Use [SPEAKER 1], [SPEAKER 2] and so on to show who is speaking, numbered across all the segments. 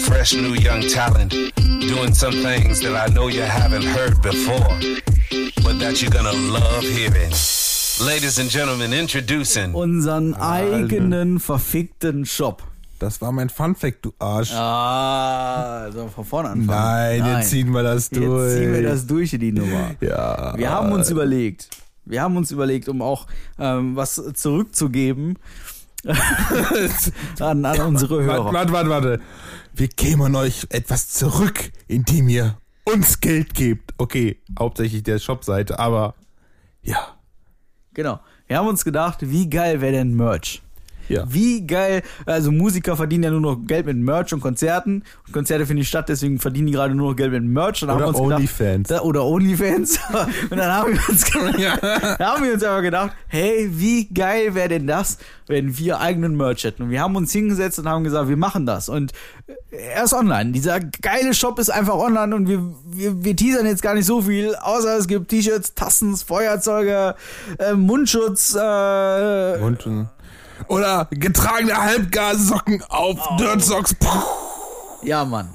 [SPEAKER 1] fresh new young talent doing some things that I know you haven't heard before, but that you're gonna love hearing. Ladies and gentlemen, introducing.
[SPEAKER 2] Unseren eigenen verfickten Shop.
[SPEAKER 3] Das war mein Funfact, du Arsch.
[SPEAKER 2] Ah, so von vorne anfangen.
[SPEAKER 3] Nein, jetzt ziehen wir das durch.
[SPEAKER 2] Jetzt ziehen wir das durch Äh. in die Nummer.
[SPEAKER 3] Ja.
[SPEAKER 2] Wir haben uns überlegt, wir haben uns überlegt, um auch ähm, was zurückzugeben an, an unsere
[SPEAKER 3] Warte,
[SPEAKER 2] Hörer.
[SPEAKER 3] warte, warte, warte. Wir geben euch etwas zurück, indem ihr uns Geld gebt. Okay, hauptsächlich der Shopseite, aber ja.
[SPEAKER 2] Genau. Wir haben uns gedacht, wie geil wäre denn Merch?
[SPEAKER 3] Ja.
[SPEAKER 2] Wie geil, also Musiker verdienen ja nur noch Geld mit Merch und Konzerten. Und Konzerte finden nicht statt, deswegen verdienen die gerade nur noch Geld mit Merch. Und haben
[SPEAKER 3] Oder
[SPEAKER 2] wir uns gedacht-
[SPEAKER 3] Onlyfans.
[SPEAKER 2] Da, oder Onlyfans. und dann haben wir uns gedacht, da haben wir uns aber gedacht, hey, wie geil wäre denn das, wenn wir eigenen Merch hätten? Und wir haben uns hingesetzt und haben gesagt, wir machen das. Und er ist online. Dieser geile Shop ist einfach online und wir, wir, wir teasern jetzt gar nicht so viel, außer es gibt T-Shirts, Tassen, Feuerzeuge, äh, Mundschutz, äh,
[SPEAKER 3] Und, äh, oder getragene Halbgassocken auf Dirt Socks. Puh.
[SPEAKER 2] Ja, Mann.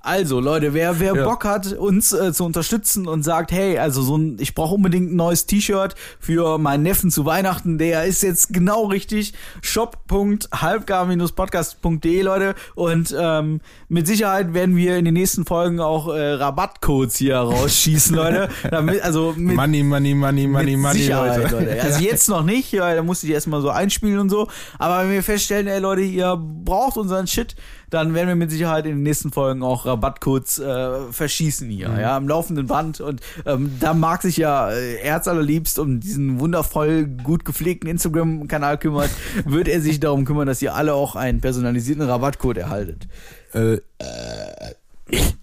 [SPEAKER 2] Also, Leute, wer, wer
[SPEAKER 3] Ja.
[SPEAKER 2] Bock hat, uns äh, zu unterstützen und sagt, hey, also so ein, ich brauche unbedingt ein neues T-Shirt für meinen Neffen zu Weihnachten, der ist jetzt genau richtig. shop.halbgar-podcast.de, Leute. Und ähm, mit Sicherheit werden wir in den nächsten Folgen auch äh, Rabattcodes hier rausschießen, Leute. Damit, also mit
[SPEAKER 3] Money, money, money, money,
[SPEAKER 2] mit
[SPEAKER 3] money,
[SPEAKER 2] Sicherheit,
[SPEAKER 3] Leute.
[SPEAKER 2] Leute. Also jetzt noch nicht, weil da musst du die erstmal so einspielen und so. Aber wenn wir feststellen, ey Leute, ihr braucht unseren Shit, dann werden wir mit Sicherheit in den nächsten Folgen auch Rabattcodes äh, verschießen hier,
[SPEAKER 3] Mhm.
[SPEAKER 2] ja, am laufenden Band. Und ähm, da mag sich ja äh, Erz allerliebst um diesen wundervoll gut gepflegten Instagram-Kanal kümmert, wird er sich darum kümmern, dass ihr alle auch einen personalisierten Rabattcode erhaltet.
[SPEAKER 3] Äh,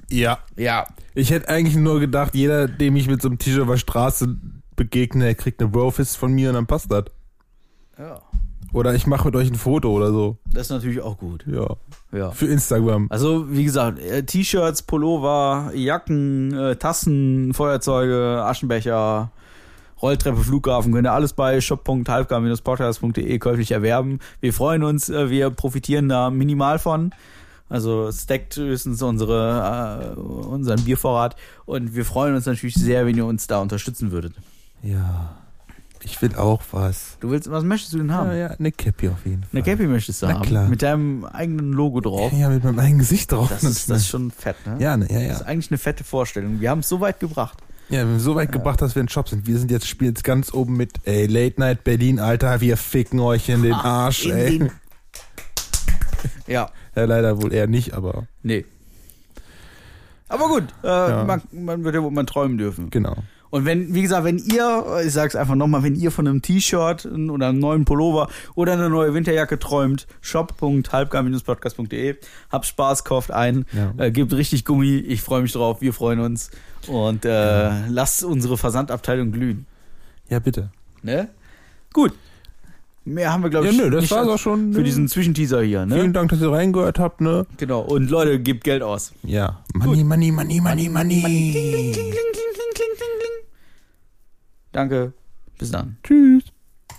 [SPEAKER 3] ja.
[SPEAKER 2] Ja.
[SPEAKER 3] Ich hätte eigentlich nur gedacht, jeder, dem ich mit so einem T-Shirt auf der Straße begegne, der kriegt eine Brofist von mir und dann passt das.
[SPEAKER 2] Ja.
[SPEAKER 3] Oder ich mache mit euch ein Foto oder so.
[SPEAKER 2] Das ist natürlich auch gut.
[SPEAKER 3] Ja.
[SPEAKER 2] Ja.
[SPEAKER 3] Für Instagram.
[SPEAKER 2] Also, wie gesagt, äh, T-Shirts, Pullover, Jacken, äh, Tassen, Feuerzeuge, Aschenbecher, Rolltreppe, Flughafen, könnt ihr alles bei shop.halfgar-podcast.de käuflich erwerben. Wir freuen uns, äh, wir profitieren da minimal von. Also stackt höchstens unsere, äh, unseren Biervorrat und wir freuen uns natürlich sehr, wenn ihr uns da unterstützen würdet.
[SPEAKER 3] Ja. Ich will auch was.
[SPEAKER 2] Du willst, was möchtest du denn haben?
[SPEAKER 3] Ja, ja, eine Cappy auf jeden Fall.
[SPEAKER 2] Eine Cappy möchtest du
[SPEAKER 3] Na
[SPEAKER 2] haben.
[SPEAKER 3] klar.
[SPEAKER 2] Mit deinem eigenen Logo drauf.
[SPEAKER 3] Ja, mit meinem eigenen Gesicht drauf.
[SPEAKER 2] Das ist, das ist schon fett, ne?
[SPEAKER 3] ja, ne, ja,
[SPEAKER 2] Das
[SPEAKER 3] ja.
[SPEAKER 2] ist eigentlich eine fette Vorstellung. Wir haben es so weit gebracht.
[SPEAKER 3] Ja, wir haben so weit gebracht, dass wir in Shop sind. Wir sind jetzt, spielen jetzt ganz oben mit, ey, Late Night Berlin, Alter, wir ficken euch in den Arsch,
[SPEAKER 2] in
[SPEAKER 3] ey.
[SPEAKER 2] den- Ja,
[SPEAKER 3] Ja, leider wohl eher nicht, aber
[SPEAKER 2] nee. Aber gut, äh, man, man wird ja wohl mal träumen dürfen.
[SPEAKER 3] genau.
[SPEAKER 2] Und wenn, wie gesagt, wenn ihr, äh, ich sag's einfach nochmal, wenn ihr von einem T-Shirt oder einem neuen Pullover oder einer neuen Winterjacke träumt, shop.halbgar-podcast.de, habt Spaß, kauft ein,
[SPEAKER 3] Ja.
[SPEAKER 2] äh, gebt richtig Gummi, ich freue mich drauf, wir freuen uns und äh,
[SPEAKER 3] Genau.
[SPEAKER 2] lasst unsere Versandabteilung glühen.
[SPEAKER 3] Ja, bitte.
[SPEAKER 2] Ne? Gut. Mehr haben wir, glaube
[SPEAKER 3] Ja,
[SPEAKER 2] ich,
[SPEAKER 3] nö, das
[SPEAKER 2] nicht
[SPEAKER 3] war's auch schon.
[SPEAKER 2] für
[SPEAKER 3] ne?
[SPEAKER 2] diesen Zwischenteaser hier, ne?
[SPEAKER 3] Vielen Dank, dass ihr reingehört habt, ne?
[SPEAKER 2] Genau. Und Leute, gebt Geld aus.
[SPEAKER 3] Ja. Money, money, money, money, money.
[SPEAKER 2] Danke. Bis dann.
[SPEAKER 3] Tschüss.